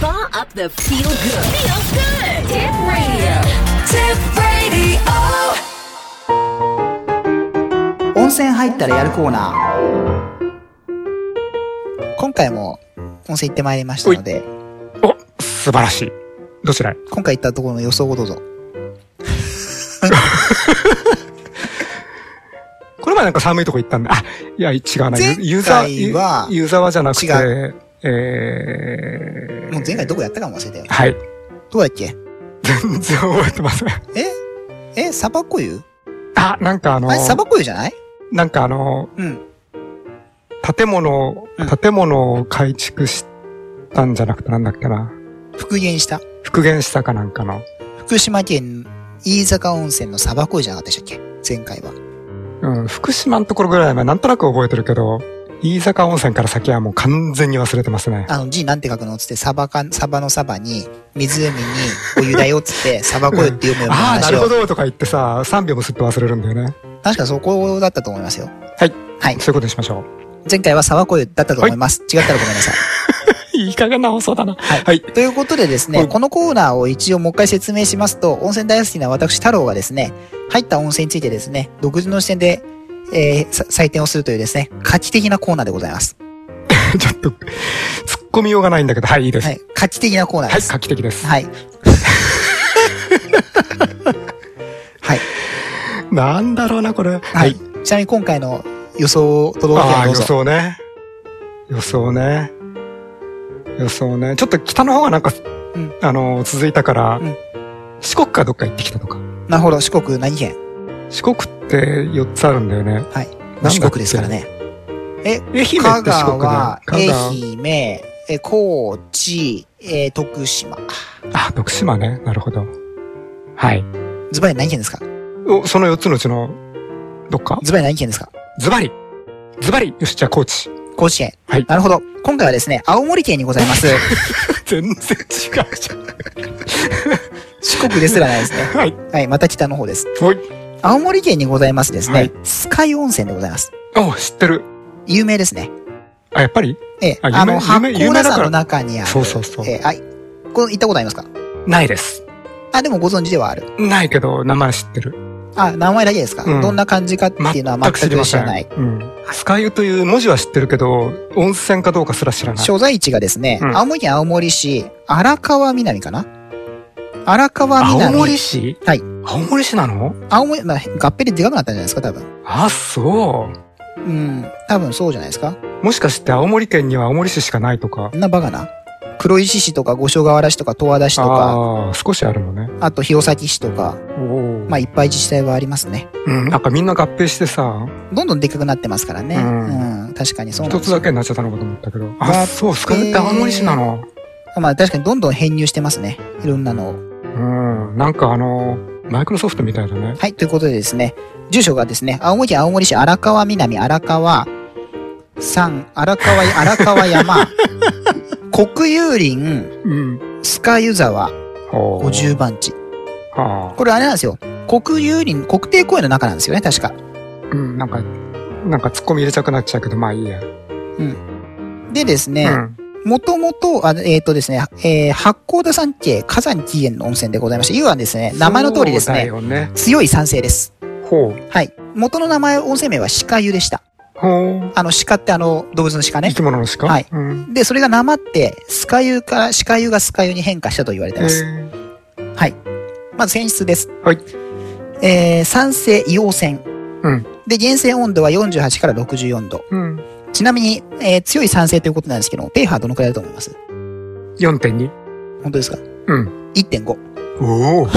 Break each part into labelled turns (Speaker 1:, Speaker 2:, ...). Speaker 1: Power up the feel good. Feel good. Tip radio.
Speaker 2: 温泉入ったらやるコーナー。今回も温泉行ってまいりましたので、
Speaker 3: お素晴らしい。どちらへ
Speaker 2: 今回行ったところの予想をどうぞ。
Speaker 3: これ前なんか寒いとこ行ったんで、あ、いや、違うな。
Speaker 2: 前回は
Speaker 3: ユーザー、ユーザーはじゃなくて、
Speaker 2: 違
Speaker 3: えー、
Speaker 2: もう前回どこやったかも忘れたよ。
Speaker 3: はい。
Speaker 2: どこだっけ
Speaker 3: 全然覚えてません。
Speaker 2: ええ、サバコ湯
Speaker 3: あ、なんかあの
Speaker 2: あ、れ、サバコ湯じゃない
Speaker 3: なんかあの、
Speaker 2: うん。
Speaker 3: 建物を
Speaker 2: うん、
Speaker 3: 建物を改築したんじゃなくてなんだっけな。
Speaker 2: 復元した。
Speaker 3: 復元したかなんかの。
Speaker 2: 福島県飯坂温泉のサバコ湯じゃなかったでしたっけ前回は。
Speaker 3: うん、福島のところぐらいはなんとなく覚えてるけど、飯坂温泉から先はもう完全に忘れてますね。
Speaker 2: あの字なんて書くのっつって、サバか、サバのサバに、湖にお湯だよっつ って、サバコ湯って読むような
Speaker 3: ああー、な
Speaker 2: 話
Speaker 3: る
Speaker 2: を
Speaker 3: ほ。どとか言ってさ、3秒もすっと忘れるんだよね。
Speaker 2: 確かそこだったと思いますよ。
Speaker 3: はい。
Speaker 2: はい。
Speaker 3: そういうことにしましょう。
Speaker 2: 前回はサバコ湯だったと思います。違ったらごめんなさい。
Speaker 3: いい加減な放送だな。
Speaker 2: はい
Speaker 3: はい。
Speaker 2: ということでです
Speaker 3: は
Speaker 2: ね、
Speaker 3: い
Speaker 2: このコーナーを一応もう一回説明しますと、温泉大好きな私太郎がですね、入った温泉についてですね、独自の視点で、えーさ採点をするというですね、画期的なコーナーでございます。
Speaker 3: ちょっと、突っ込みようがないんだけど、はい、いいです。
Speaker 2: は
Speaker 3: はい、
Speaker 2: い。画期的なコーナーです。
Speaker 3: 画期的です。
Speaker 2: はい。はい。
Speaker 3: なんだろうな、これ。
Speaker 2: は。。
Speaker 3: はい
Speaker 2: ちなみに今回の予想を都道府県
Speaker 3: ああ、
Speaker 2: どう
Speaker 3: 予
Speaker 2: ぞ。
Speaker 3: 想ね。予想ね。予想ね。ちょっと北の方がなんか、
Speaker 2: ん
Speaker 3: あの、続いたから、
Speaker 2: うん
Speaker 3: 四国かどっか行ってきたとか。
Speaker 2: なるほど、四国何県
Speaker 3: 四国って4つあるんだよね。
Speaker 2: はい
Speaker 3: なんだ。っけ
Speaker 2: 四国ですからね。え、
Speaker 3: 愛媛って四
Speaker 2: 香
Speaker 3: 国だよ。
Speaker 2: 川、愛
Speaker 3: 香川。
Speaker 2: 媛、え高知、えー徳島。
Speaker 3: あ、徳島ね。なるほど。はい。
Speaker 2: ズバリ何県ですか
Speaker 3: お、その4つのうちの、どっか
Speaker 2: ズバリ何県ですか
Speaker 3: ズバリズバリよし、じゃあ高知。
Speaker 2: 高知県。
Speaker 3: はい
Speaker 2: なるほど。今回はですね、青森県にござい ます。
Speaker 3: 全然違うじゃん。
Speaker 2: 四国ですらないですね。
Speaker 3: はい。
Speaker 2: はい、また北の方です。
Speaker 3: おい。
Speaker 2: 青森県にございますですね、
Speaker 3: はい
Speaker 2: スカイ温泉でございます。
Speaker 3: お、知ってる。
Speaker 2: 有名ですね。
Speaker 3: あ、やっぱり
Speaker 2: ええ、
Speaker 3: あ有名
Speaker 2: あの、
Speaker 3: 有
Speaker 2: 八
Speaker 3: 名
Speaker 2: 甲
Speaker 3: 有名
Speaker 2: 田
Speaker 3: だから
Speaker 2: 山の中にある。
Speaker 3: そうそうそう
Speaker 2: ええはい。これ行ったことありますか
Speaker 3: ないです。
Speaker 2: あ、でもご存知ではある。
Speaker 3: ないけど、名前知ってる。
Speaker 2: あ、名前だけですか、
Speaker 3: うん
Speaker 2: どんな感じかっていうのは
Speaker 3: 全く知
Speaker 2: 全
Speaker 3: り
Speaker 2: く
Speaker 3: ま
Speaker 2: 知
Speaker 3: せん。
Speaker 2: らない。
Speaker 3: うん。スカイユという文字は知ってるけど、温泉かどうかすら知らない。
Speaker 2: 所在地がですね、
Speaker 3: うん
Speaker 2: 青森県青森市、荒川南かな荒川南。
Speaker 3: 青森市
Speaker 2: はい。
Speaker 3: 青森市なの
Speaker 2: 青森、まあ、合併ででかくなったんじゃないですか、多分。
Speaker 3: あ、そう。
Speaker 2: うん。多分そうじゃないですか。
Speaker 3: もしかして青森県には青森市しかないとか
Speaker 2: そ。んなバカな。黒石市とか五所川原市とか十和田市とか、
Speaker 3: ああ、少しあるのね。
Speaker 2: あと弘前市とか、
Speaker 3: おお。
Speaker 2: まあいっぱい自治体はありますね。
Speaker 3: うん、なんかみんな合併してさ、
Speaker 2: どんどんでっかくなってますからね。う、
Speaker 3: うんん
Speaker 2: 確かにそうなん
Speaker 3: 一
Speaker 2: で
Speaker 3: つ
Speaker 2: すよ
Speaker 3: だけになっちゃったのかと思ったけど。
Speaker 2: 合併
Speaker 3: あ、そう、スカイって青森市なの。
Speaker 2: まあ確かにどんどん編入してますね。いろんなのを。
Speaker 3: うん、なんかあの、マイクロソフトみたいだね。
Speaker 2: はい、ということでですね、住所がですね、青森県青森市荒川南荒川山、荒川、荒川 山、国有林、
Speaker 3: うん。
Speaker 2: スカユ沢、
Speaker 3: おー
Speaker 2: 50番地。
Speaker 3: ああ。
Speaker 2: これあれなんですよ。国有林、国定公園の中なんですよね、確か。
Speaker 3: うん、なんか、なんか突っ込み入れたくなっちゃうけど、まあいいや。
Speaker 2: でですね、
Speaker 3: うん。
Speaker 2: もともと、あえっ、とですね、えー、八甲田山系火山起源の温泉でございまして、湯はですね、名前の通りですね、
Speaker 3: そうだよね。
Speaker 2: 強い酸性です。
Speaker 3: ほう。
Speaker 2: はい。元の名前、温泉名は鹿湯でした。
Speaker 3: ほう。
Speaker 2: あの、鹿ってあの、動物の鹿
Speaker 3: 生
Speaker 2: ね。
Speaker 3: き物の鹿
Speaker 2: はい
Speaker 3: うん。
Speaker 2: で、それがなまって、スカ湯から、鹿湯がスカ湯に変化したと言われてい
Speaker 3: え
Speaker 2: ます。
Speaker 3: ー
Speaker 2: はい。まず泉質です。
Speaker 3: はい。
Speaker 2: えー、酸性硫黄泉。
Speaker 3: うん。
Speaker 2: で、源泉温度は48から64度。
Speaker 3: うん。
Speaker 2: ちなみに、えー強い酸性ということなんですけども、ペーハーどのくらいだと思います
Speaker 3: 4.2。
Speaker 2: 本当ですか
Speaker 3: うん。
Speaker 2: ?1.5。
Speaker 3: お お。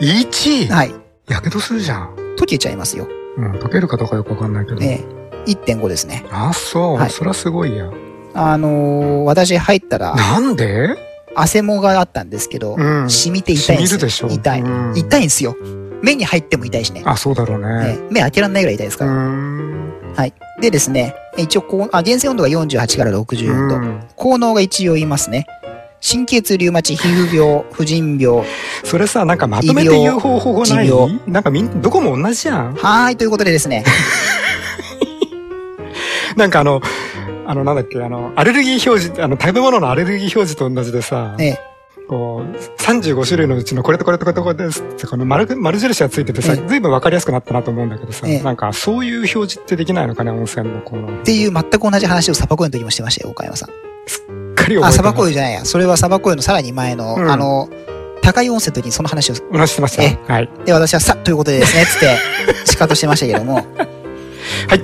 Speaker 3: 1!
Speaker 2: はい。
Speaker 3: やけどするじゃん。
Speaker 2: 溶けちゃいますよ。
Speaker 3: うん、溶けるかどうかよくわかんないけど。
Speaker 2: ええ1.5ですね。
Speaker 3: あ、そう。
Speaker 2: はい
Speaker 3: そりゃすごいや。
Speaker 2: あのー私入った ら、
Speaker 3: なんで
Speaker 2: 汗もがあったんですけど、
Speaker 3: うん
Speaker 2: 染みて痛いんですよ。
Speaker 3: 染みるでしょ
Speaker 2: 痛い。
Speaker 3: うん
Speaker 2: 痛いんですよ。目に入っても痛いしね。
Speaker 3: あ、そうだろう
Speaker 2: え
Speaker 3: ね。
Speaker 2: え目開けられないぐらい痛いです
Speaker 3: う
Speaker 2: か
Speaker 3: ー
Speaker 2: ら。
Speaker 3: ん。
Speaker 2: はい。でですね、一応こう、あ、源泉温度が48から64度。
Speaker 3: うん
Speaker 2: 効能が一応言いますね。神経痛、リウマチ、皮膚 病、婦人病。
Speaker 3: それさ、なんかまとめて言う方法がな
Speaker 2: 持
Speaker 3: い
Speaker 2: 病
Speaker 3: なんかみん、どこも同じじゃん。
Speaker 2: はーい、ということでですね。
Speaker 3: なんかあの、あの、なんだっけ、あの、アレルギー表示、あの、食べ物のアレルギー表示と同じでさ、
Speaker 2: ええ、
Speaker 3: こう、35種類のうちのこれとこれとこれとこれですって、この丸く、丸印がついててさ、
Speaker 2: ええ
Speaker 3: ずいぶんわかりやすくなったなと思うんだけどさ、
Speaker 2: ええ
Speaker 3: なんか、そういう表示ってできないのかね、温泉の、この、
Speaker 2: っていう全く同じ話をサバ公園の時もしてましたよ、岡山さん。
Speaker 3: しっかり覚えて
Speaker 2: あ、
Speaker 3: ます
Speaker 2: サバ公園じゃないや。それはサバ公園のさらに前の、
Speaker 3: うん
Speaker 2: あの、高い温泉の時にその話を、
Speaker 3: 同じしてまし
Speaker 2: え
Speaker 3: た。はい。
Speaker 2: で、私はさ、ということでですね、つ って、仕方してましたけども。
Speaker 3: はい。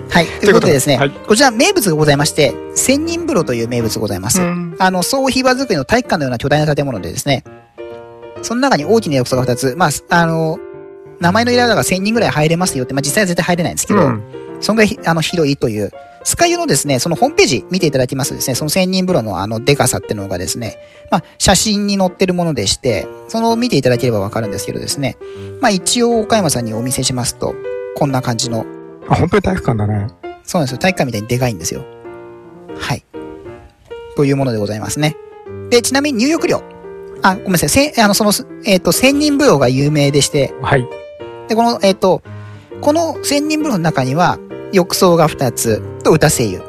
Speaker 2: はい。ということでですね、
Speaker 3: というこ
Speaker 2: こちら名物がございまして、千人風呂という名物がございます。
Speaker 3: うん
Speaker 2: あの、総ひば作りの体育館のような巨大な建物でですね、その中に大きな浴槽が2つ、まあ、あの、名前のイラだが1000人ぐらい入れますよって、まあ実際は絶対入れないんですけど、
Speaker 3: うん
Speaker 2: そんぐらいひあの広いという、スカユのですね、そのホームページ見ていただきますとですね、その1000人風呂のあのデカさってのがですね、まあ写真に載ってるものでして、その見ていただければわかるんですけどですね、まあ一応岡山さんにお見せしますと、こんな感じの
Speaker 3: あ、本当に体育館だね。
Speaker 2: そうなんですよ。体育館みたいにでかいんですよ。はい。というものでございますね。で、ちなみに入浴料。あ、ごめんなさい。せん、あの、その、えっ、と、千人風呂が有名でして、
Speaker 3: はい。
Speaker 2: で、この、えっ、と、この千人風呂の中には、浴槽が2つと歌声優。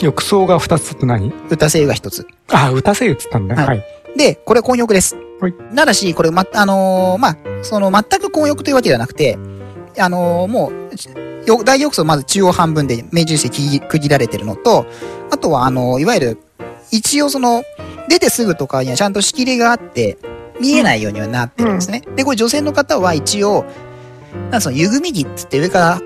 Speaker 3: 浴槽が2つって何
Speaker 2: 歌声優が1つ。
Speaker 3: あ、歌せ湯って言ったんだね。
Speaker 2: は
Speaker 3: はいい。
Speaker 2: で、これ混浴です。
Speaker 3: はい
Speaker 2: ただし、これ、ま、あのーまあ、その、全く混浴というわけではなくて、あのーもう、よ大浴槽まず中央半分で目印で区切区切られてるのと、あとは、あのーいわゆる、一応その、出てすぐとかにはちゃんと仕切りがあって、見えないようにはなってるんですね。で、これ女性の方は一応、なんその、湯ぐみ着っつって上から、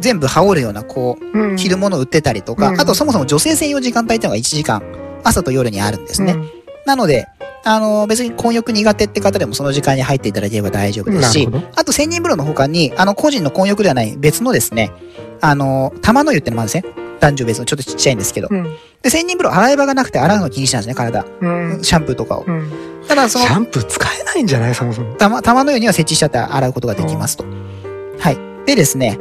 Speaker 2: 全部羽織るような、こう、
Speaker 3: うん
Speaker 2: 着るものを売ってたりとか、
Speaker 3: うん
Speaker 2: あとそもそも女性専用時間帯っていうのが1時間、朝と夜にあるんですね。
Speaker 3: うん
Speaker 2: なので、あの、別に混浴苦手って方でもその時間に入っていただければ大丈夫ですし
Speaker 3: なるほ、
Speaker 2: あと千人風呂の他に、あの、個人の混浴ではない別のですね、あの、玉の湯ってのもあるんですね。男女別のちょっとちっちゃいんですけど。
Speaker 3: うん
Speaker 2: で、千人風呂洗い場がなくて洗うの禁止なんですね、体。
Speaker 3: うん
Speaker 2: シャンプーとかを。
Speaker 3: うん
Speaker 2: ただ、その
Speaker 3: シ、ャンプー使えないんじゃないそもそも。
Speaker 2: 玉、玉の湯には設置しちゃって洗うことができますと。はい。でですね、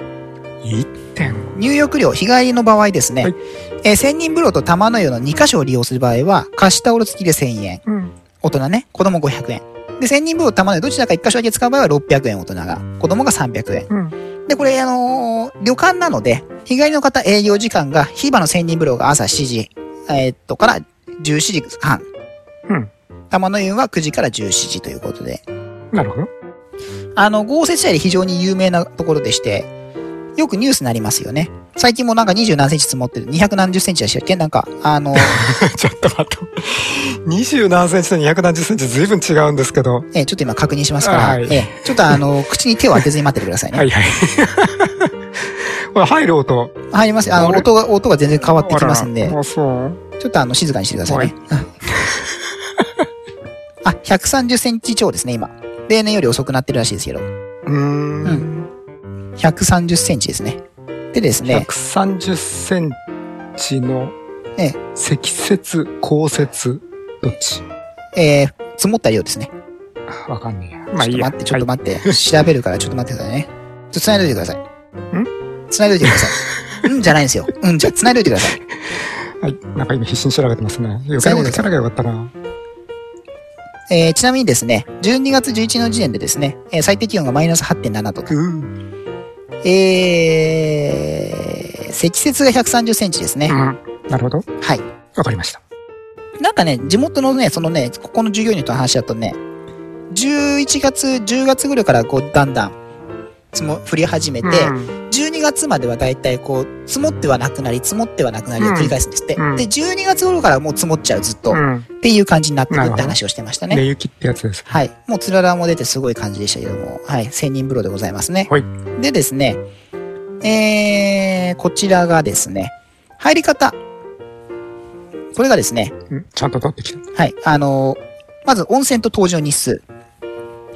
Speaker 3: 1.5。
Speaker 2: 入浴料、日帰りの場合ですね、
Speaker 3: はい
Speaker 2: えー千人風呂と玉の湯の2箇所を利用する場合は、貸しタオル付きで1000円。
Speaker 3: うん。
Speaker 2: 大人ね、子供500円。で、1000人分を玉でどちらか1箇所だけ使う場合は600円大人が、子供が300円。
Speaker 3: うん。
Speaker 2: で、これ、あのー旅館なので、日帰りの方営業時間が、ヒバの1000人風呂が朝7時、えーっと、から17時半。
Speaker 3: うん。
Speaker 2: 玉の湯は9時から17時ということで。
Speaker 3: なるほど。
Speaker 2: あの、豪雪地帯で非常に有名なところでして、よくニュースになりますよね。最近もなんか20何センチ積もってる、200何十センチでしたっけなんか、あ のー
Speaker 3: ちょっと待って。20何センチと2何十センチずいぶん違うんですけど。
Speaker 2: えーちょっと今確認しますから、
Speaker 3: はい
Speaker 2: えーちょっとあのー口に手を当てずに待っててくださいね。
Speaker 3: はいはい。これ入る音。
Speaker 2: 入ります。あの、
Speaker 3: あれ
Speaker 2: 音が、音が全然変わってきますんで
Speaker 3: あ、らあ、そう。
Speaker 2: ちょっとあの、静かにしてくださいね。あ、130センチ超ですね、今。例年より遅くなってるらしいですけど。
Speaker 3: うーん。
Speaker 2: 130センチですね。でですね、
Speaker 3: 130センチの
Speaker 2: ええ
Speaker 3: 積雪、降雪、どっち
Speaker 2: えー、積もった量ですね。
Speaker 3: あわかんねえや。まあ
Speaker 2: ちょっ
Speaker 3: い
Speaker 2: と
Speaker 3: いや。
Speaker 2: 待って、ちょっと待って。調べるから、ちょっと待ってくださいね。ちょっと繋いでおいてください。ん繋いでおいてください。 うんじゃないんですよ。うんじゃ、繋いでおいてください。
Speaker 3: はい。はいなんか今必死に調べてますね。余計なこと聞かなきゃよかったな。
Speaker 2: えー、ちなみにですね、12月11日の時点でですね、えー最低気温がマイナス8.7度と。
Speaker 3: うん。
Speaker 2: えー、積雪が130センチですね。
Speaker 3: なるほど。
Speaker 2: はい。
Speaker 3: わかりました。
Speaker 2: なんかね、地元のね、そのね、ここの従業員との話だとね、11月、10月ぐらいからこう、だんだん、積も、降り始めて、
Speaker 3: うん
Speaker 2: 12月まではだいたいこう、積もってはなくなり、積もってはなくなりを繰り返すんですって。
Speaker 3: うん
Speaker 2: で、12月頃からもう積もっちゃう、ずっと。
Speaker 3: うん。
Speaker 2: っていう感じになってく
Speaker 3: な
Speaker 2: っ
Speaker 3: る
Speaker 2: て
Speaker 3: ほど
Speaker 2: 話をしてましたね。
Speaker 3: 寝雪ってやつです。
Speaker 2: はい。もうつららも出てすごい感じでしたけども、はい。千人風呂でございますね。
Speaker 3: はい。
Speaker 2: でですね、えー、こちらがですね、入り方。これがですね、
Speaker 3: うんちゃんと取ってきた。
Speaker 2: はい。あのーまず温泉と登場日数。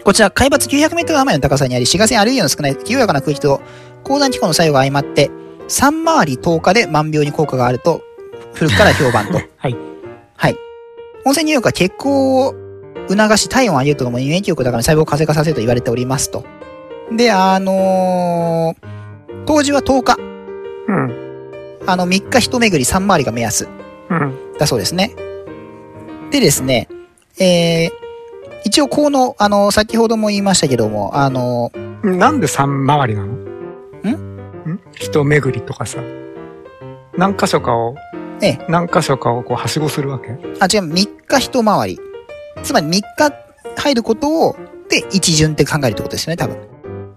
Speaker 2: こちら、海抜900メートル余りの高さにあり、紫外線あるいは少ない清らかな空気と、高山気候の作用が相まって、3回り10日で万病に効果があると、古くから評判と。
Speaker 3: はい。
Speaker 2: はい。温泉入浴は血行を促し、体温を上げるとともに免疫力を高め、細胞を活性化させると言われておりますと。で、あのー、当時は10日。
Speaker 3: うん。
Speaker 2: あの、3日一巡り3回りが目安。
Speaker 3: うん。
Speaker 2: だそうですね。でですね、えー、一応、この、あの、先ほども言いましたけども、あの、
Speaker 3: なんで三回りなのんん一巡りとかさ。何箇所かを、
Speaker 2: ええ。
Speaker 3: 何箇所かをこう、はしごするわけ
Speaker 2: あ、違う、3日一回り。つまり3日入ることを、で、一巡って考えるってことですよね、多分。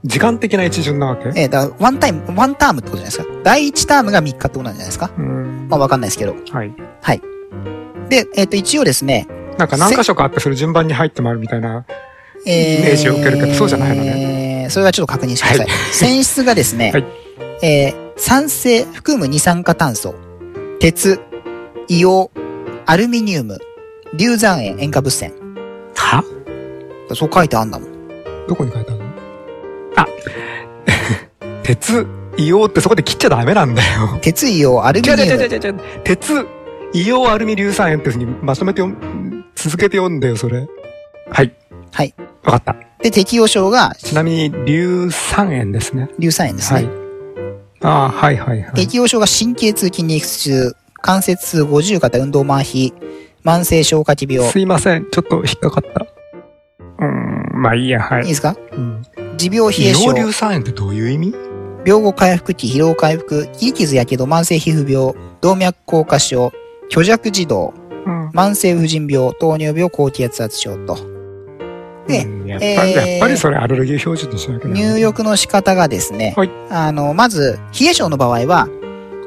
Speaker 3: 時間的な一巡なわけ
Speaker 2: ええ、だから、ワンタイム、ワンタームってことじゃないですか。第1タームが3日ってことなんじゃないですか。
Speaker 3: うん。
Speaker 2: まあ、わかんないですけど。
Speaker 3: はい。
Speaker 2: で、えっ、と、一応ですね、
Speaker 3: なんか何箇所かあって、それ順番に入ってもあるみたいな。
Speaker 2: え
Speaker 3: イメージを受けるけどそうじゃないの
Speaker 2: ね。それはちょっと確認してください。
Speaker 3: は
Speaker 2: 選出がですね、
Speaker 3: はい
Speaker 2: えー酸性含む二酸化炭素、鉄、硫黄、アルミニウム、硫酸塩、塩化物泉。
Speaker 3: は
Speaker 2: そう書いてあんだもん。
Speaker 3: どこに書いてあるのあ 鉄、硫黄ってそこで切っちゃダメなんだよ。
Speaker 2: 鉄、硫黄、アルミ
Speaker 3: 違う
Speaker 2: ニウ
Speaker 3: 違う違う
Speaker 2: ム。
Speaker 3: 違う違う。鉄、硫黄アルミ硫酸塩っていうふうにまとめて読ん続けて読んだよ、それ。はい。
Speaker 2: はい。
Speaker 3: わかった。
Speaker 2: で、適用症が
Speaker 3: ちなみに、硫酸塩ですね。
Speaker 2: 硫酸塩です
Speaker 3: は
Speaker 2: ね。
Speaker 3: い。ああ、はいはいはい。
Speaker 2: 適応症が神経痛、筋肉痛、関節痛、五十肩、運動麻痺、慢性消化器病。
Speaker 3: すいません。ちょっと引っかかった。うーん、まあいいや、はい
Speaker 2: い
Speaker 3: い。
Speaker 2: ですか
Speaker 3: うん
Speaker 2: 持病、冷え
Speaker 3: 硫
Speaker 2: 症。
Speaker 3: 黄硫酸塩ってどういう意味
Speaker 2: 病後回復期、疲労回復、切り傷やけど、慢性皮膚病、動脈硬化症、虚弱児童、
Speaker 3: うん。
Speaker 2: 慢性婦人病、糖尿病、高気圧圧症と。で
Speaker 3: うんやっぱり、
Speaker 2: えー
Speaker 3: やっぱりそれアレルギー標準としなきゃ
Speaker 2: 入
Speaker 3: 浴
Speaker 2: 浴の仕方がですね、
Speaker 3: はい
Speaker 2: あの、まず、冷え症の場合は、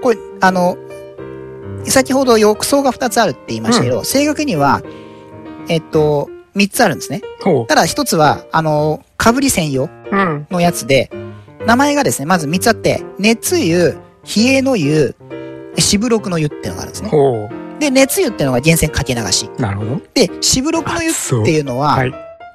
Speaker 2: これ、あの、先ほど浴槽が2つあるって言いましたけど、正確には、えっと、3つあるんですね。
Speaker 3: ほ
Speaker 2: ただ1つは、あの、かぶり専用
Speaker 3: う。うん。
Speaker 2: のやつで、名前がですね、まず3つあって、熱湯、冷えの湯、渋六の湯ってのがあるんですね。
Speaker 3: ほ
Speaker 2: で、熱湯ってのが源泉かけ流し。
Speaker 3: う。なるほど。
Speaker 2: で、渋六の湯っていうのは、
Speaker 3: はい。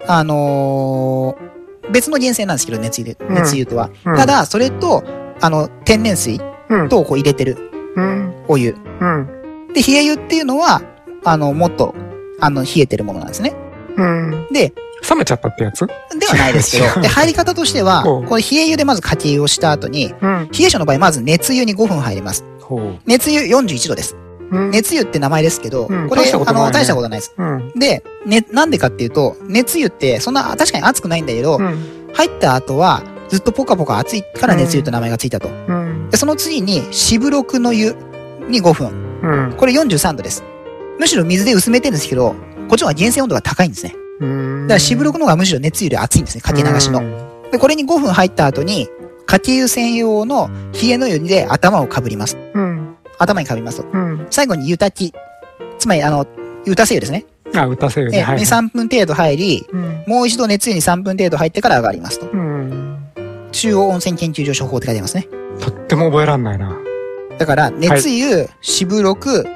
Speaker 2: あのー別の源泉なんですけど、熱湯で、
Speaker 3: ん
Speaker 2: 熱湯とは。
Speaker 3: うん
Speaker 2: ただ、それと、あの、天然水
Speaker 3: うん。
Speaker 2: とこう入れてる
Speaker 3: うん。
Speaker 2: お湯。
Speaker 3: うん。
Speaker 2: で、冷え湯っていうのは、あの、もっと、あの、冷えてるものなんですね。
Speaker 3: うん。
Speaker 2: で、
Speaker 3: 冷めちゃったってやつ
Speaker 2: ではないですけ
Speaker 3: 違う
Speaker 2: ど、で、入り方としては、
Speaker 3: ほう
Speaker 2: この冷え湯でまずかけ湯をした後に、
Speaker 3: うん。
Speaker 2: 冷え性の場合、まず熱湯に5分入ります。
Speaker 3: ほう。
Speaker 2: 熱湯41度です。
Speaker 3: うん。
Speaker 2: 熱湯って名前ですけど、
Speaker 3: うん
Speaker 2: これ、
Speaker 3: 大したこと
Speaker 2: あ
Speaker 3: ないね
Speaker 2: の、大したことないです。
Speaker 3: うん。
Speaker 2: で、ね、なんでかっていうと、熱湯って、そんな、確かに熱くないんだけど、
Speaker 3: うん。
Speaker 2: 入った後は、ずっとポカポカ熱いから熱湯って名前がついたと。
Speaker 3: うん。
Speaker 2: で、その次に、渋六の湯に5分。
Speaker 3: うん。
Speaker 2: これ43度です。むしろ水で薄めてるんですけど、こっちの方が源泉温度が高いんですね。
Speaker 3: うん。
Speaker 2: だから渋六の方がむしろ熱湯より熱いんですね、かけ流し
Speaker 3: う
Speaker 2: の。
Speaker 3: ん。
Speaker 2: で、これに5分入った後に、かけ湯専用の冷えの湯で頭をかぶります。
Speaker 3: うん。
Speaker 2: 頭にかぶりますと。
Speaker 3: うん。
Speaker 2: 最後に湯炊き。つまり、あの、湯たせ湯ですね。
Speaker 3: あ、打たせるね。
Speaker 2: え、
Speaker 3: はい。
Speaker 2: 3分程度入り、
Speaker 3: うん。
Speaker 2: もう一度熱湯に3分程度入ってから上がりますと。
Speaker 3: うん。
Speaker 2: 中央温泉研究所処方って書いてありますね。
Speaker 3: とっても覚えらんないな。
Speaker 2: だから、熱湯、渋六、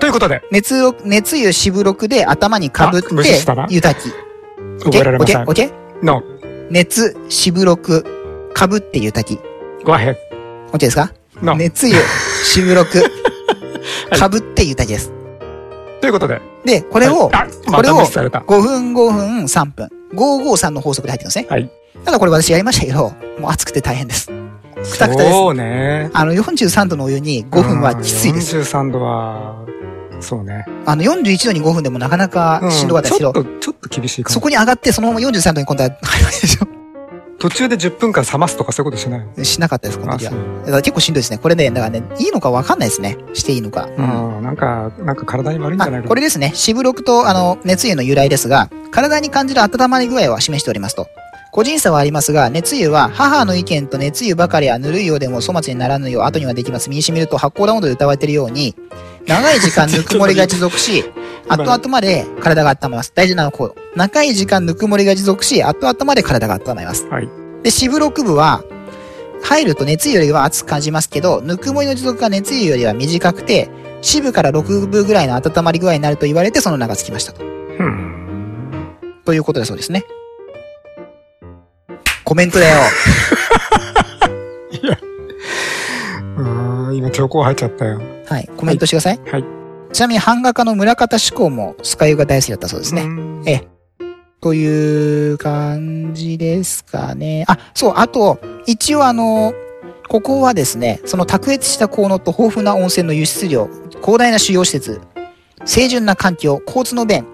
Speaker 3: ということで、
Speaker 2: 熱を、熱湯渋六で頭にかぶっ
Speaker 3: あ無視
Speaker 2: て
Speaker 3: したな、
Speaker 2: 湯炊き。
Speaker 3: 覚えられません
Speaker 2: オ。ッケーオッケーオッケ
Speaker 3: No,
Speaker 2: ー熱渋六、かぶって湯炊き。
Speaker 3: go ahead.
Speaker 2: オッケーですか
Speaker 3: No.
Speaker 2: 熱湯渋六、
Speaker 3: はい
Speaker 2: かぶって湯炊きです。
Speaker 3: ということで。
Speaker 2: で、これを、
Speaker 3: はいあ、
Speaker 2: こ
Speaker 3: ま
Speaker 2: れ
Speaker 3: た
Speaker 2: を
Speaker 3: 無視された。
Speaker 2: 5分5分3分。553の法則で入ってるんですね。
Speaker 3: はい。
Speaker 2: ただこれ私やりましたけど、もう暑くて大変です。くたくたです
Speaker 3: そうね。
Speaker 2: あの、43度のお湯に5分はきついです。
Speaker 3: うん43度は、そうね。
Speaker 2: あの、41度に5分でもなかな
Speaker 3: う
Speaker 2: かしんどかったですけ
Speaker 3: ちょ
Speaker 2: ど
Speaker 3: っ、と、ちょっと厳しいか
Speaker 2: そ
Speaker 3: も。
Speaker 2: こに上がってそのまま43度に今度は入るわけでし
Speaker 3: 途中で10分間冷ますとかそういうことしない
Speaker 2: ょ。しなかったです、この
Speaker 3: あ、
Speaker 2: 時は
Speaker 3: そ。う。
Speaker 2: だから結構しんどいですね。これね、だからね、いいのかわかんないですね。していいのか。
Speaker 3: うん、なんか、なんか体に悪いんじゃない
Speaker 2: あ
Speaker 3: かな
Speaker 2: これですね、渋六とあの熱湯の由来ですが、体に感じる温まり具合を示しておりますと。個人差はありますが、熱湯は母の意見と熱湯ばかりはぬるいようでも粗末にならぬよう後にはできます。身に染みると発酵ダ温度で歌われているように、長い時間ぬくもりが持続し、
Speaker 3: 今ね
Speaker 2: 後々まで体が温めます。大事なのはこう。長い時間ぬくもりが持続し、後々まで体が温めます。
Speaker 3: はい。
Speaker 2: で、渋六部は、入ると熱意よりは熱く感じますけど、ぬくもりの持続が熱意よりは短くて、四部から六部ぐらいの温まり具合になると言われて、その名がつきましたと。
Speaker 3: うん。
Speaker 2: ということだそうですね。コメントだよ。
Speaker 3: うーん、今、兆候入っちゃったよ。
Speaker 2: はい、コメントしてください。
Speaker 3: はい。
Speaker 2: ちなみに版画家の村方志功もスカユが大好きだったそうですね。
Speaker 3: うん
Speaker 2: ええ。という感じですかね。あ、そう、あと、一応あの、ここはですね、その卓越した効能と豊富な温泉の輸出量、広大な収容施設、清純な環境、交通の便、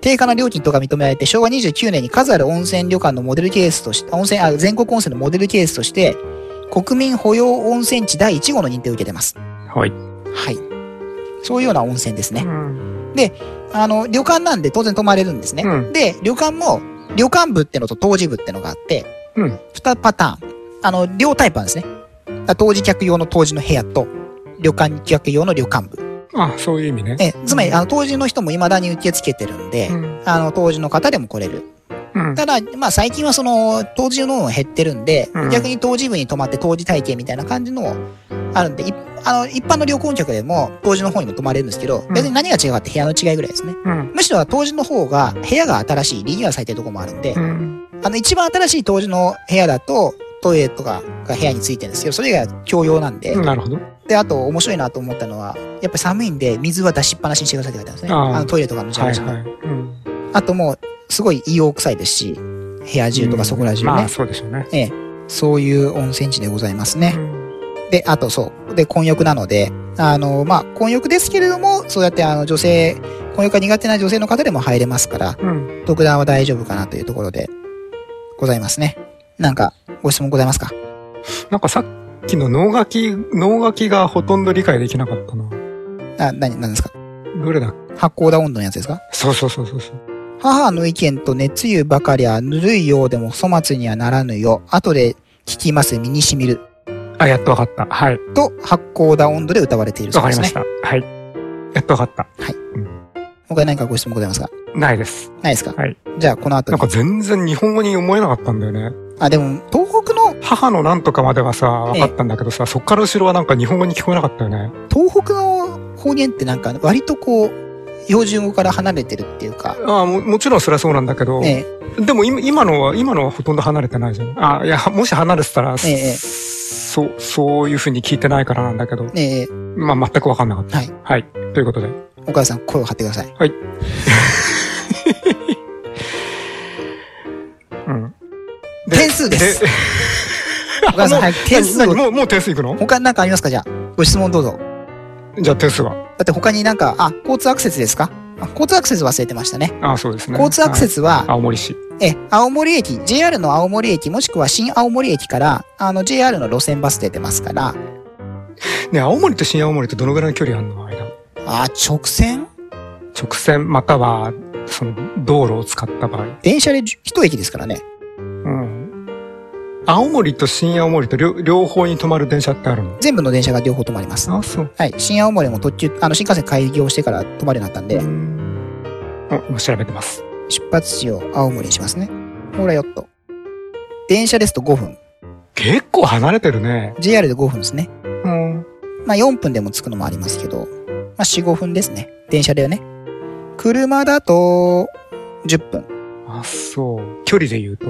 Speaker 2: 低価な料金とが認められて、昭和29年に数ある温泉旅館のモデルケースとして、温泉、あ、全国温泉のモデルケースとして、国民保養温泉地第1号の認定を受けてます。
Speaker 3: はい。
Speaker 2: はい。そういうような温泉ですね
Speaker 3: う。ん。
Speaker 2: あの、旅館なんで当然泊まれるんですね。
Speaker 3: うん
Speaker 2: で、旅館も、旅館部ってのと当時部ってのがあって、
Speaker 3: うん。
Speaker 2: 2パターン。あの、両タイプなんですね。だから当時客用の当時の部屋と、旅館客用の旅館部。
Speaker 3: あ、そういう意味ね。
Speaker 2: え、つまり、あの、当時の人も未だに受け付けてるんで、
Speaker 3: うん
Speaker 2: あの、当時の方でも来れる。
Speaker 3: うん。
Speaker 2: ただ、まあ最近はその、当時の減ってるんで、
Speaker 3: うん
Speaker 2: 逆に当時部に泊まって当時体験みたいな感じのをあるんで、いあの、一般の旅行客でも当時の方にも泊まれるんですけど、
Speaker 3: うん
Speaker 2: 別に何が違うかって部屋の違いぐらいですね。
Speaker 3: うん。
Speaker 2: むしろ当時の方が部屋が新しいリニューアルされてるとこもあるんで
Speaker 3: う、ん。
Speaker 2: あの一番新しい当時の部屋だと、トイレとかが部屋についてるんですけど、それが共用なんで、
Speaker 3: なるほど。
Speaker 2: で、あと面白いなと思ったのは、やっぱ寒いんで水は出しっぱなしにしてくださいって書いてあるんですね。
Speaker 3: あー
Speaker 2: あのトイレとかのジャ
Speaker 3: は
Speaker 2: ブ
Speaker 3: い
Speaker 2: ジャブ
Speaker 3: はい。うん。
Speaker 2: あともう、すごい硫黄臭いですし、部屋中とかそこら中ね。
Speaker 3: まあ、そうでしょうね。
Speaker 2: ええ。そういう温泉地でございます
Speaker 3: う
Speaker 2: ね。
Speaker 3: ん
Speaker 2: で、あとそう。で、混浴なので、あの、まあ、混浴ですけれども、そうやってあの女性、混浴が苦手な女性の方でも入れますから、
Speaker 3: うん。
Speaker 2: 特段は大丈夫かなというところで、ございますね。なんか、ご質問ございますか
Speaker 3: なんかさっきの脳書き、脳書きがほとんど理解できなかったな。
Speaker 2: あ、な、何ですか
Speaker 3: どれだっ
Speaker 2: 発酵だ温度のやつですか
Speaker 3: けそうそうそうそうそう。
Speaker 2: 母の意見と熱湯ばかりはぬるいようでも粗末にはならぬよ。後で聞きます身に染みる。
Speaker 3: あ、やっとわかった。はい。
Speaker 2: と、発酵だ温度で歌われているそ
Speaker 3: わ
Speaker 2: う
Speaker 3: か
Speaker 2: で
Speaker 3: り
Speaker 2: す
Speaker 3: ま
Speaker 2: ね
Speaker 3: し。た。はい。やっとわかった。
Speaker 2: 他に何かご質問ございますか
Speaker 3: ないです。
Speaker 2: ないですか
Speaker 3: はい。
Speaker 2: じゃあ、この後
Speaker 3: な
Speaker 2: に
Speaker 3: んか全然日本語に思えなかったんだよね。
Speaker 2: あ、でも、東北の、
Speaker 3: 母のなんとかまではさ、わかったんだけどさ、そっから後ろはなんか日本語に聞こえなかったよね。
Speaker 2: 東北の方言ってなんか、割とこう、標準語から離れてるっていうか、
Speaker 3: ああも、もちろんそれはそうなんだけど、
Speaker 2: ええ、
Speaker 3: でも今今のは、今のはほとんど離れてないじゃん。ああ、いや、もし離れてたら、
Speaker 2: ええ
Speaker 3: そう、そういうふうに聞いてないからなんだけど、
Speaker 2: ええ、
Speaker 3: まあ全くわかんなかった。
Speaker 2: はい。
Speaker 3: はい。ということで。
Speaker 2: お母さん、声を張ってください。
Speaker 3: うん。
Speaker 2: 点数です。
Speaker 3: で
Speaker 2: お母さん、早く点数
Speaker 3: 何
Speaker 2: を。
Speaker 3: もう、もう点数いくの
Speaker 2: 他に何かありますかじゃあ、ご質問どうぞ。
Speaker 3: じゃあ点数は。
Speaker 2: だって他になんか、あ、交通アクセスですかあ交通アクセス忘れてましたね。
Speaker 3: ああ、そうですね。
Speaker 2: 交通アクセ
Speaker 3: ス。
Speaker 2: スは、
Speaker 3: 青森市。
Speaker 2: ええ、青森駅、JR の青森駅、もしくは新青森駅から、あの、JR の路線バス出てますから、
Speaker 3: ね、青森と新青森ってどのぐらいの距離あるの間。
Speaker 2: あ、直線
Speaker 3: 直線または、その、道路を使った場合。
Speaker 2: 電車で一駅ですからね。
Speaker 3: うん。青森と新青森と両両方に止まる電車ってあるの
Speaker 2: 全部の電車が両方止まります。
Speaker 3: あ、そう。
Speaker 2: はい。新青森も特急、あの、新幹線開業してから止まるようになったんで
Speaker 3: う、ん。お、今調べてます。
Speaker 2: 出発地を青森にしますね。ほらよっと。電車ですと5分。
Speaker 3: 結構離れてるね。
Speaker 2: JR で5分ですね。
Speaker 3: うん。
Speaker 2: まあ4分でも着くのもありますけど、まあ4、5分ですね。電車だよね。車だと、10分。
Speaker 3: あ、そう。距離で言うと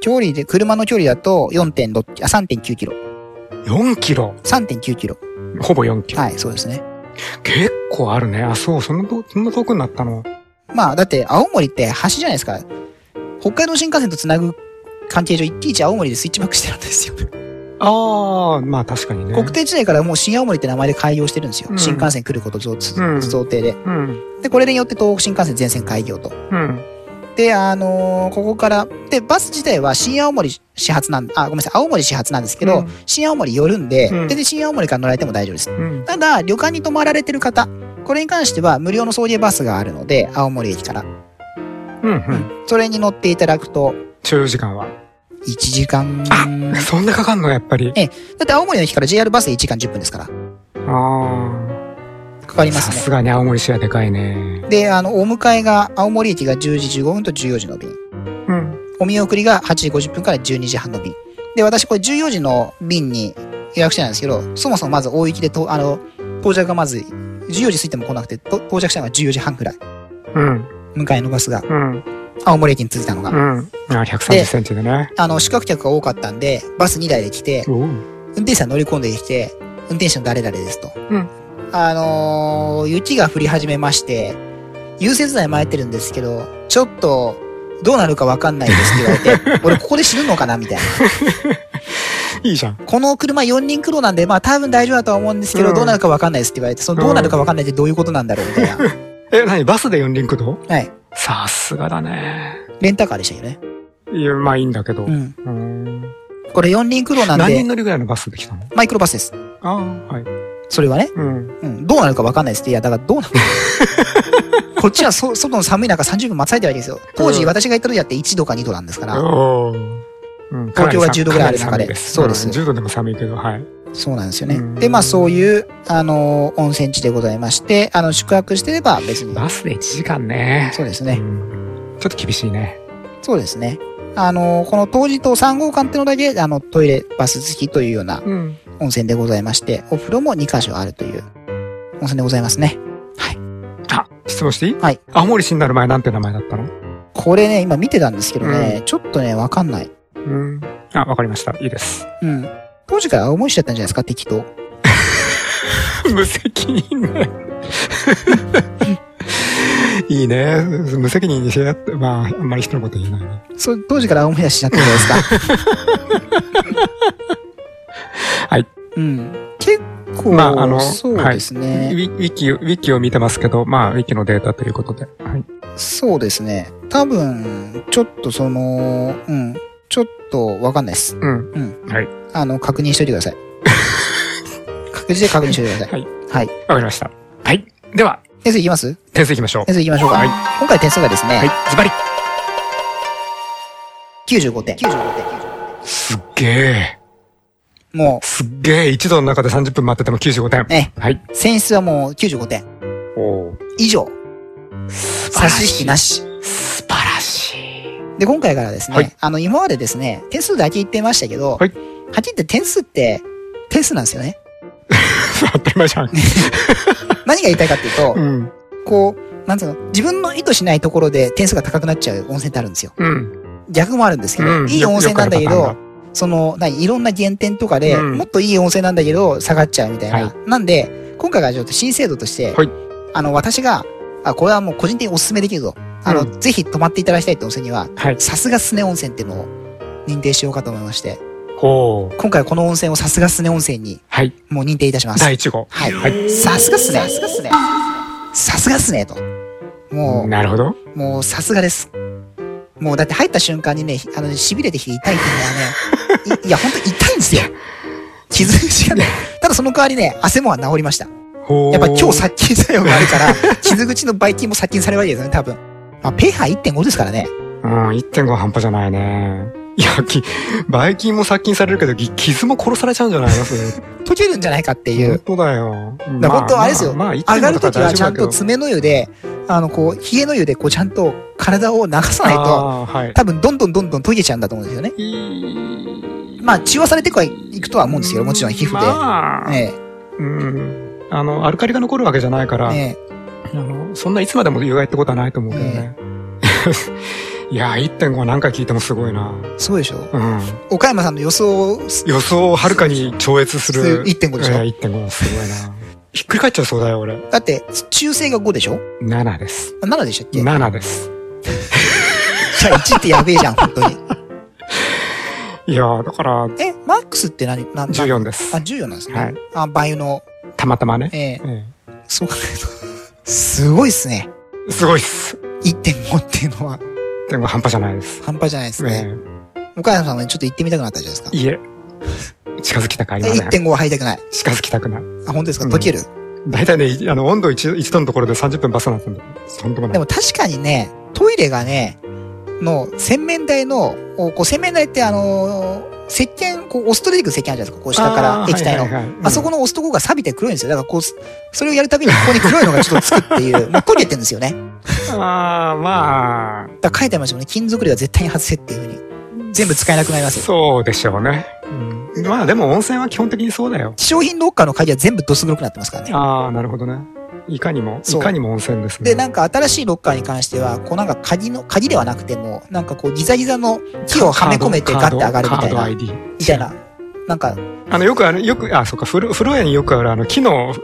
Speaker 2: 距離で、車の距離だと4.6キ、あ、3.9キロ。
Speaker 3: 4キロ。
Speaker 2: 3.9キロ。
Speaker 3: ほぼ4キロ。
Speaker 2: はい、そうですね。
Speaker 3: 結構あるね。あ、そう。そんなと、そんな遠くになったの。
Speaker 2: まあ、だって青森って橋じゃないですか。北海道新幹線とつなぐ関係上、いちいち青森でスイッチバックしてるんですよ。
Speaker 3: ああ、まあ確かにね。
Speaker 2: 国定時代からもう新青森って名前で開業してるんですよ。
Speaker 3: うん
Speaker 2: 新幹線来ること贈つ
Speaker 3: うん
Speaker 2: 想定で。
Speaker 3: うん。
Speaker 2: で、これによって東北新幹線全線開業と。
Speaker 3: うん。
Speaker 2: で、あのーここから、で、バス自体は新青森始発なん、あ、ごめんなさい、青森始発なんですけど、
Speaker 3: うん
Speaker 2: 新青森寄るんで、
Speaker 3: う
Speaker 2: 全
Speaker 3: ん
Speaker 2: 然新青森から乗られても大丈夫です。
Speaker 3: うん。
Speaker 2: ただ、旅館に泊まられてる方、これに関しては無料の送迎バスがあるので、青森駅から。
Speaker 3: うん。うん。
Speaker 2: それに乗っていただくと、
Speaker 3: 所要時間は。
Speaker 2: 1時間、
Speaker 3: そんなかかんのやっぱり。
Speaker 2: ええ、だって青森の駅から JR バスで1時間10分ですから、
Speaker 3: あ
Speaker 2: かかり
Speaker 3: あ。
Speaker 2: ま
Speaker 3: さ
Speaker 2: すね。
Speaker 3: すがに青森市はでかいね。
Speaker 2: で、あの、お迎えが、青森駅が10時15分と14時の便。
Speaker 3: うん。
Speaker 2: お見送りが8時50分から12時半の便。で、私これ14時の便に予約してたんですけど、そもそもまず大雪でと、あの、到着がまず、14時過ぎても来なくて、と到着したのが14時半くらい。
Speaker 3: うん。
Speaker 2: 迎えのバスが、
Speaker 3: うん。
Speaker 2: 青森駅に着いたのが。
Speaker 3: うん。あ、130センチでね。
Speaker 2: あの、宿泊客が多かったんで、バス2台で来て、
Speaker 3: おう。
Speaker 2: 運転手さん乗り込んできて、運転手の誰々ですと。
Speaker 3: うん
Speaker 2: あのー雪が降り始めまして、融雪剤撒いてるんですけど、ちょっと、どうなるかわかんないですって言わ れて、俺ここで死ぬのかなみたいな。
Speaker 3: いいじゃん。
Speaker 2: この車4人苦労なんで、まあ多分大丈夫だとは思うんですけど、
Speaker 3: うん
Speaker 2: どうなるかわかんないですって言われて、その
Speaker 3: うん
Speaker 2: どうなるかわかんないってどういうことなんだろうみたいな。
Speaker 3: え、何バスで四輪駆動
Speaker 2: はい。
Speaker 3: さすがだね。
Speaker 2: レンタカーでしたよね。
Speaker 3: いや、まあいいんだけど。
Speaker 2: う。
Speaker 3: うんーん。
Speaker 2: これ4人苦労なん
Speaker 3: 何
Speaker 2: で
Speaker 3: 人、乗りぐらいのバスで来たの
Speaker 2: マイクロバスです。
Speaker 3: ああ、はい。
Speaker 2: それはね。
Speaker 3: うん。
Speaker 2: うん。どうなるかわかんないですって。いや、だからどうな るこっちはそ外の寒い中30分待たされてるわけですよ。当時
Speaker 3: うん
Speaker 2: 私が行った時だって1度か2度なんですから。
Speaker 3: おーうん、
Speaker 2: 東京は10度ぐらいある中で
Speaker 3: かなり寒す
Speaker 2: そうです
Speaker 3: ん10度でも寒いけど、はい。
Speaker 2: そうなんですよ
Speaker 3: う
Speaker 2: ね。
Speaker 3: ん
Speaker 2: で、まあそういう、あのー温泉地でございまして、あの、宿泊してれば別に。
Speaker 3: バスで1時間ね。
Speaker 2: そうです
Speaker 3: う
Speaker 2: ね。
Speaker 3: んちょっと厳しいね。
Speaker 2: そうですね。あのーこの当時と3号館ってのだけ、あの、トイレバス付きというような
Speaker 3: うん。
Speaker 2: 温泉でございまして、お風呂も2カ所あるという温泉でございますね。
Speaker 3: あ、質問していい
Speaker 2: はい。
Speaker 3: 青森市になる前なんて名前だったの
Speaker 2: これね、今見てたんですけどね、ちょっとね、わかんない。
Speaker 3: うん。あ、わかりました。いいです。
Speaker 2: うん。当時から青森市だったんじゃないですか、適当。
Speaker 3: 無責任ね。 いいね。無責任にしやって、まあ、あんまり人のこと言えないね。
Speaker 2: そう、当時から青森市だったんじゃないですか。
Speaker 3: はい。
Speaker 2: うん。結構、
Speaker 3: まああの
Speaker 2: そうです
Speaker 3: ウ
Speaker 2: ね、
Speaker 3: ィウィキ、ウィキを見てますけど、まあ、ウィキのデータということで。はい。
Speaker 2: そうですね。多分、ちょっとその、うん。ちょっとわかんないです。
Speaker 3: うん。
Speaker 2: うん。
Speaker 3: はい。
Speaker 2: あの、確認しといてくださ い。確実で確認しといてください。
Speaker 3: はい。
Speaker 2: はい。
Speaker 3: わかりました。はい。では、
Speaker 2: 点数いきます
Speaker 3: 点数いきましょう。
Speaker 2: 点数いきましょうか。
Speaker 3: はい
Speaker 2: 今回点数がですね、
Speaker 3: はい。ズバリ
Speaker 2: 95点。95点。
Speaker 3: すっげえ。
Speaker 2: も
Speaker 3: すっげえ。一度の中で30分待ってても95点。
Speaker 2: え
Speaker 3: はい。
Speaker 2: う、選出はもう95点。
Speaker 3: おー
Speaker 2: 以上。
Speaker 3: 素
Speaker 2: 差し引きなし。
Speaker 3: 素晴らしい。
Speaker 2: で、今回からですね、
Speaker 3: はい
Speaker 2: あの、今までですね、点数だけ言ってましたけど、
Speaker 3: はい
Speaker 2: はっきり言って点数って、点数なんですよね。
Speaker 3: 当たり前じゃん。
Speaker 2: 何が言いたいか っていうと
Speaker 3: う、ん。
Speaker 2: こう、なんつうの、自分の意図しないところで点数が高くなっちゃう温泉ってあるんですよ。
Speaker 3: うん。
Speaker 2: 逆もあるんですけど、
Speaker 3: うん
Speaker 2: いい温泉なんだけ
Speaker 3: よくあ
Speaker 2: ど
Speaker 3: るパタ、
Speaker 2: その、何、いろんな減点とかで、
Speaker 3: うん
Speaker 2: もっといい温泉なんだけど、下がっちゃうみたいな。
Speaker 3: は
Speaker 2: なんで、今回がちょっと新制度として、
Speaker 3: はい
Speaker 2: あの、私が、あ、これはもう個人的にお勧めできるぞ。あの、
Speaker 3: う
Speaker 2: ぜひ泊まっていただきたいって温泉には、
Speaker 3: はい。
Speaker 2: さすがすね温泉っていうのを認定しようかと思いまして、
Speaker 3: おー
Speaker 2: 今回はこの温泉をさすがすね温泉に、
Speaker 3: はい。
Speaker 2: もう認定いたします。
Speaker 3: 第1号。
Speaker 2: はい。
Speaker 3: はい。
Speaker 2: さすがっすね。さすがっすね。さすがっすね、と。もう、
Speaker 3: なるほど。
Speaker 2: もうさすがです。もうだって入った瞬間にね、ひあの、痺れてきて痛いっていうのはね、いいや、ほんと痛いんですよ。傷口がね。ただその代わりね、汗もは治りました。
Speaker 3: おー
Speaker 2: やっぱ今日殺菌作用があるから、傷口のばい菌も殺菌されるわけですよね、多分。まあ、ペーハー1.5ですからね。
Speaker 3: うん、1.5半端じゃないね。いや、き、バイキンも殺菌されるけど、ぎ傷も殺されちゃうんじゃないのそれ。
Speaker 2: 溶けるんじゃないかっていう。
Speaker 3: 本当だよ。
Speaker 2: だから本当はあれですよ。
Speaker 3: まあ、
Speaker 2: 上がるときはちゃんと
Speaker 3: つ
Speaker 2: 爪の湯で、あの、こう、冷えの湯で、こう、ちゃんと体を流さないと、
Speaker 3: はい。
Speaker 2: 多分、どんどんどんどん溶けちゃうんだと思うんですよね。まあ、中和されてはいくとは思うんですけど、もちろん皮膚で。
Speaker 3: まあ、
Speaker 2: え
Speaker 3: うん。あの、アルカリが残るわけじゃないか
Speaker 2: え、
Speaker 3: ら、
Speaker 2: え
Speaker 3: あの、そんないつまでも有害ってことはないと思うけどね。 いや、1.5は何回聞いてもすごいな。
Speaker 2: え、そうでしょ
Speaker 3: うん。
Speaker 2: 岡山さんの予想をす
Speaker 3: 予想をはるかに超越する。
Speaker 2: 1.5でしょ
Speaker 3: ええ1.5すごいな。ひっくり返っちゃいそうだよ、俺。
Speaker 2: だって、中性が5でしょ
Speaker 3: 7です。
Speaker 2: あ ?7 でしたっけじゃ
Speaker 3: 7です。
Speaker 2: あ1ってやべえじゃん、本当に。
Speaker 3: いやーだから、
Speaker 2: え、マックスって何なんだ
Speaker 3: 14で
Speaker 2: あ、
Speaker 3: す。
Speaker 2: 14なんですね。
Speaker 3: はい
Speaker 2: あ、倍の、
Speaker 3: たまたまね。
Speaker 2: ええ
Speaker 3: え
Speaker 2: そう考えると、すごいっすね。
Speaker 3: えすごいっす。
Speaker 2: 1.5っていうのは
Speaker 3: でも半端じゃないです。
Speaker 2: 半端じゃないですね。
Speaker 3: え
Speaker 2: 岡山さんもね、ちょっと行ってみたくなったじゃないですか
Speaker 3: え。いえ。近づきたくありません。
Speaker 2: 1.5は入りたくない。
Speaker 3: 近づきたくない。
Speaker 2: あ、本当ですか
Speaker 3: うん
Speaker 2: 溶ける、
Speaker 3: 大体ね、いあの、温度一一度のところで30分バスになってんだ。とんでもな
Speaker 2: で
Speaker 3: い。
Speaker 2: も確かにね、トイレがね、の、洗面台の、おこう洗面台ってあのー石鹸、こう押すと出てくる石鹸あるじゃないですか。こう下から
Speaker 3: あー
Speaker 2: 液体の。あ,、
Speaker 3: はいはいはいうん
Speaker 2: そこの押すとこが錆びて黒いんですよ。だからこう、それをやるたびにここに黒いのがちょっとつくって いう、もう焦げてるんですよね。
Speaker 3: ああ、まあ、
Speaker 2: だから書いてありましたもんね。金属類は絶対に外せっていうふうに。全部使えなくなりますよ。
Speaker 3: そうでしょうね。うんまあでも温泉は基本的にそうだよ。
Speaker 2: 商品ロッカーの鍵は全部ドス黒くなってますからね。
Speaker 3: ああ、なるほどね。いかにも、い
Speaker 2: そう
Speaker 3: かにも温泉ですね。
Speaker 2: で、なんか新しいロッカーに関しては、こうなんか鍵の、鍵ではなくても、なんかこうギザギザの木をはめ込めてガッて上がるみたい
Speaker 3: カード
Speaker 2: な、
Speaker 3: ID。
Speaker 2: みたいな。なんか、
Speaker 3: あの、よくある、よく、あ、そうか、風呂風呂屋によくある、あの、木の、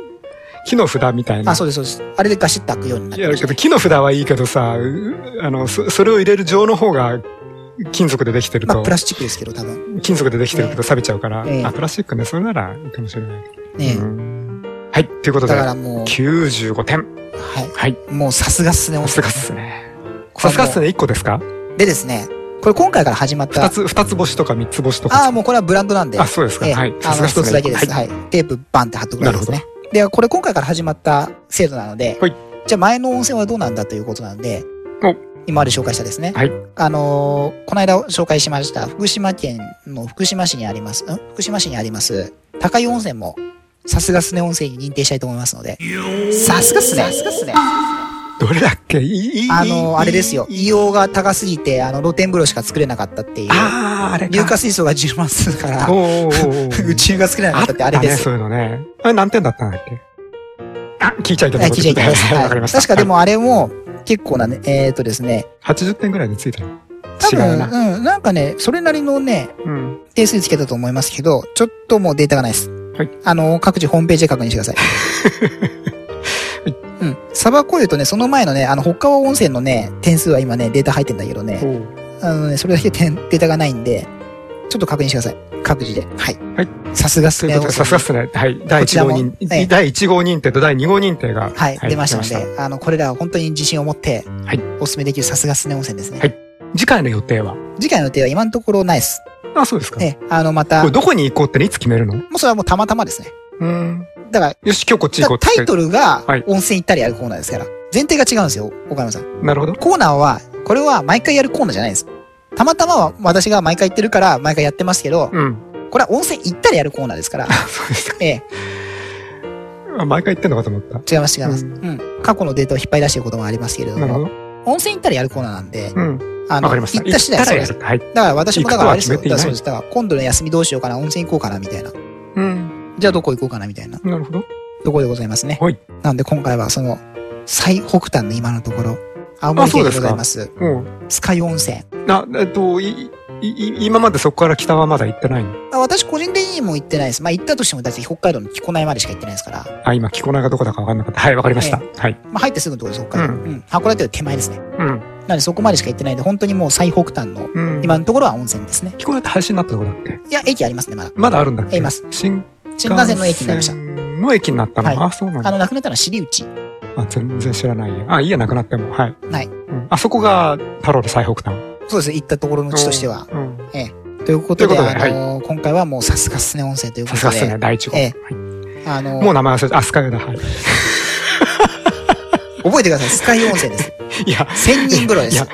Speaker 3: 木の札みたいな。
Speaker 2: あ、そうです、そうです。あれでガシッと開くようになっ
Speaker 3: い
Speaker 2: て
Speaker 3: や、
Speaker 2: ま
Speaker 3: だ
Speaker 2: し
Speaker 3: け
Speaker 2: た
Speaker 3: ど木の札はいいけどさ、うあの、そそれを入れる錠の方が金属でできてる
Speaker 2: まあ、
Speaker 3: と
Speaker 2: プ、ラスチックですけど、多分。
Speaker 3: 金属でできてるけど錆びちゃうから、
Speaker 2: ええ
Speaker 3: あ、プラスチックね、それならいいかもしれないけ
Speaker 2: ね
Speaker 3: ど。うんはい、というこ
Speaker 2: え。
Speaker 3: と
Speaker 2: だ
Speaker 3: で、
Speaker 2: からもう、
Speaker 3: 95点。
Speaker 2: は
Speaker 3: はい、
Speaker 2: い。もうさすがっすね、
Speaker 3: さすがっ
Speaker 2: ね。
Speaker 3: すね。
Speaker 2: これ
Speaker 3: さ
Speaker 2: はもう
Speaker 3: すがっすね、1個ですか
Speaker 2: でですね、これ今回から始まっ
Speaker 3: 二
Speaker 2: た、
Speaker 3: つ、二つ星とか三つ星と
Speaker 2: ああ、
Speaker 3: か。
Speaker 2: もうこれはブランドなんで。
Speaker 3: あ、そうですか。
Speaker 2: ええ
Speaker 3: はい。
Speaker 2: あ
Speaker 3: さす
Speaker 2: の、
Speaker 3: が
Speaker 2: 一
Speaker 3: っすね
Speaker 2: つだけです。はい。テープバンって貼っとくだけです
Speaker 3: な
Speaker 2: ね
Speaker 3: る。
Speaker 2: で、これ今回から始まった制度なので、
Speaker 3: はい
Speaker 2: じゃあ前の温泉はどうなんだということなので
Speaker 3: お、
Speaker 2: 今まで紹介したですね。
Speaker 3: はい
Speaker 2: あのーこの間紹介しました、福島県の福島市にあります、ん福島市にあります、高湯温泉も、さすがすね温泉に認定したいと思いますので、さすがっすね。さすがっすね。
Speaker 3: どれだっけいい
Speaker 2: あのーあれですよ、
Speaker 3: いい
Speaker 2: 硫黄が高すぎて、あの、露天風呂しか作れなかったっていう、
Speaker 3: ああ、あれか。
Speaker 2: 硫化水素が充満するから
Speaker 3: お、ーおーおー
Speaker 2: 宇宙が作れなか
Speaker 3: あ
Speaker 2: っ
Speaker 3: った
Speaker 2: ってあ
Speaker 3: た
Speaker 2: れで
Speaker 3: ね、
Speaker 2: す。
Speaker 3: そういうのね。あれ何点だったんだっけあ、聞いちゃいけな
Speaker 2: あ
Speaker 3: い。
Speaker 2: 聞いちゃいけない です。
Speaker 3: わ
Speaker 2: は
Speaker 3: かりま
Speaker 2: い
Speaker 3: した。
Speaker 2: 確かでもあれも結構なね、えっ、とですね、
Speaker 3: はい。80点ぐらいについたの。
Speaker 2: 多
Speaker 3: 違
Speaker 2: 分、
Speaker 3: うな。
Speaker 2: うん、なんかね、それなりのね、
Speaker 3: うん。
Speaker 2: 定数つけたと思いますけど、ちょっともうデータがないです。
Speaker 3: はい
Speaker 2: あの、各自ホームページで確認してくだ さい。うん。サバコ湯とね、その前のね、あの、北川温泉のね、点数は今ね、データ入ってんだけど
Speaker 3: お
Speaker 2: ね、
Speaker 3: ー
Speaker 2: あのね、それだけ点データがないんで、ちょっと確認してください。各自で。はい。
Speaker 3: はい。
Speaker 2: さすがっす
Speaker 3: そうい
Speaker 2: ね。
Speaker 3: うことでさすがっすね。はい。第
Speaker 2: こちら
Speaker 3: 1号
Speaker 2: も
Speaker 3: 認
Speaker 2: ええ、
Speaker 3: 第1号認定と第2号認定が。
Speaker 2: はい、出ましたの
Speaker 3: 出
Speaker 2: で、あの、これらは本当に自信を持って
Speaker 3: い、
Speaker 2: お勧めできるさすがっすね温泉ですね。
Speaker 3: はい次回の予定は
Speaker 2: 次回の予定は今のところないです。
Speaker 3: あ、そうですか。
Speaker 2: ええ、あの、また、
Speaker 3: これ
Speaker 2: も
Speaker 3: どこに行こうってねいつ決めるの
Speaker 2: うそれはもうたまたまですね。
Speaker 3: うん。
Speaker 2: だから、
Speaker 3: よし、今日こっち行こう
Speaker 2: だ
Speaker 3: って
Speaker 2: タイトルが
Speaker 3: はい
Speaker 2: 温泉行ったりやるコーナーですから、前提が違うんですよ、岡山さん。
Speaker 3: なるほど。
Speaker 2: コーナーは、これは毎回やるコーナーじゃないです。たまたまは私が毎回行ってるから、毎回やってますけど、
Speaker 3: うん。
Speaker 2: これは温泉行ったりやるコーナーですから、
Speaker 3: そうですか。
Speaker 2: ええ、
Speaker 3: あ毎回言ってんのかと思った。
Speaker 2: 違います違います。
Speaker 3: う
Speaker 2: うん。過去のデータを引っ張り出してることもありますけれど
Speaker 3: なるほ
Speaker 2: も、
Speaker 3: ど。
Speaker 2: 温泉行ったりやるコーナーなんで、
Speaker 3: うん。
Speaker 2: あ
Speaker 3: わかりました。
Speaker 2: 行った次第そう
Speaker 3: ら
Speaker 2: で
Speaker 3: や
Speaker 2: す。
Speaker 3: る。はい。
Speaker 2: だから私もだからあれですよ。
Speaker 3: 行
Speaker 2: だ
Speaker 3: くと
Speaker 2: からそうで
Speaker 3: は決めて
Speaker 2: す。だから今度の休みどうしようかな、温泉行こうかな、みたいな。
Speaker 3: うん。
Speaker 2: じゃあどこ行こうかな、みたいな。
Speaker 3: なるほど。
Speaker 2: ところでございますね。
Speaker 3: はい。
Speaker 2: なんで今回はその、最北端の今のところ、青森県でございます。
Speaker 3: も
Speaker 2: スカイ温泉。
Speaker 3: う、な、えっと、い、いい、今までそこから北はまだ行ってないの
Speaker 2: あ私個人的にも行ってないです。まあ行ったとしても、だって北海道の木古内までしか行ってないですから。
Speaker 3: あ、今、木古内がどこだかわかんなかった。はい、わかりました。はい。
Speaker 2: まあ入ってすぐのところです、北海道。
Speaker 3: う
Speaker 2: うん。函館より手前ですね。
Speaker 3: うん。
Speaker 2: なのでそこまでしか行ってないんで、本当にもう最北端の、
Speaker 3: うん。
Speaker 2: 今のところは温泉ですね。
Speaker 3: 木古内って配信になったとこだっけ
Speaker 2: いや、駅ありますね、まだ。
Speaker 3: まだあるんだっけ
Speaker 2: あります。
Speaker 3: 新
Speaker 2: 新幹線の駅になりました。
Speaker 3: た。の駅になったの、
Speaker 2: はい
Speaker 3: あ、そうなん
Speaker 2: あ
Speaker 3: だ。
Speaker 2: の、亡くなったのは尻内。
Speaker 3: あ、全然知らないや。あ、いいや、なくなっても。はい。
Speaker 2: はい
Speaker 3: うん。あそこが、太郎の最北端。
Speaker 2: そうです、行ったところの地としては。
Speaker 3: うん。
Speaker 2: ということで、
Speaker 3: ということで
Speaker 2: あのー今回はもうさすがっすね温泉というこ
Speaker 3: さすが
Speaker 2: と
Speaker 3: っす
Speaker 2: で
Speaker 3: ね、、第一号。
Speaker 2: え
Speaker 3: はい
Speaker 2: えあのー
Speaker 3: もう名前忘れた。あ、スカイだ。はい。
Speaker 2: 覚えてください、スカイ温泉 です。
Speaker 3: いや、
Speaker 2: 1000人風呂で
Speaker 3: いや
Speaker 2: す。、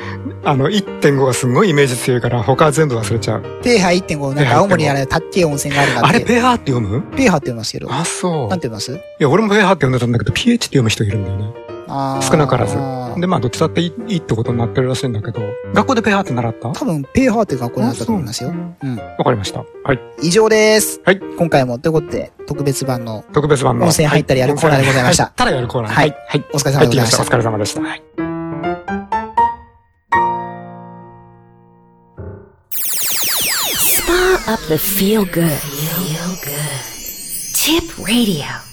Speaker 3: あの、1.5がすごいイメージ強いから、他は全部忘れちゃう。
Speaker 2: ペーハー1.5、なんか青森にあるたっけえ温泉があるな
Speaker 3: あ
Speaker 2: ん
Speaker 3: れ、
Speaker 2: て。
Speaker 3: ペアって読む
Speaker 2: ペーハーって言いますけど。なん
Speaker 3: あ、そう。
Speaker 2: て言います
Speaker 3: いや、俺もペアって読んでたんだけど、PH って読む人いるんだよね。
Speaker 2: あー
Speaker 3: 少なからず
Speaker 2: あー
Speaker 3: で、まあ、どっちだっていいいいってことになってるらしいんだけど、学校でペアって習った
Speaker 2: 多分、ペーハーっていう学校になったと思います
Speaker 3: あ
Speaker 2: よ
Speaker 3: そ。う
Speaker 2: うん
Speaker 3: わかりました。はい。
Speaker 2: 以上です。
Speaker 3: はい
Speaker 2: 今回も、ということで、特別版の
Speaker 3: 特別版の。
Speaker 2: 温泉入ったりやるコーナーでございました
Speaker 3: はただやるコーナー。
Speaker 2: はい。
Speaker 3: はい。
Speaker 2: お疲れ様
Speaker 3: 入
Speaker 2: で
Speaker 3: っ
Speaker 2: ご
Speaker 3: て
Speaker 2: ざ
Speaker 3: き
Speaker 2: い
Speaker 3: ま
Speaker 2: ま
Speaker 3: し。
Speaker 2: した
Speaker 3: お
Speaker 2: た。
Speaker 3: 疲れ様でした。はい。
Speaker 1: Spa up the feel good. Feel good. Tip radio.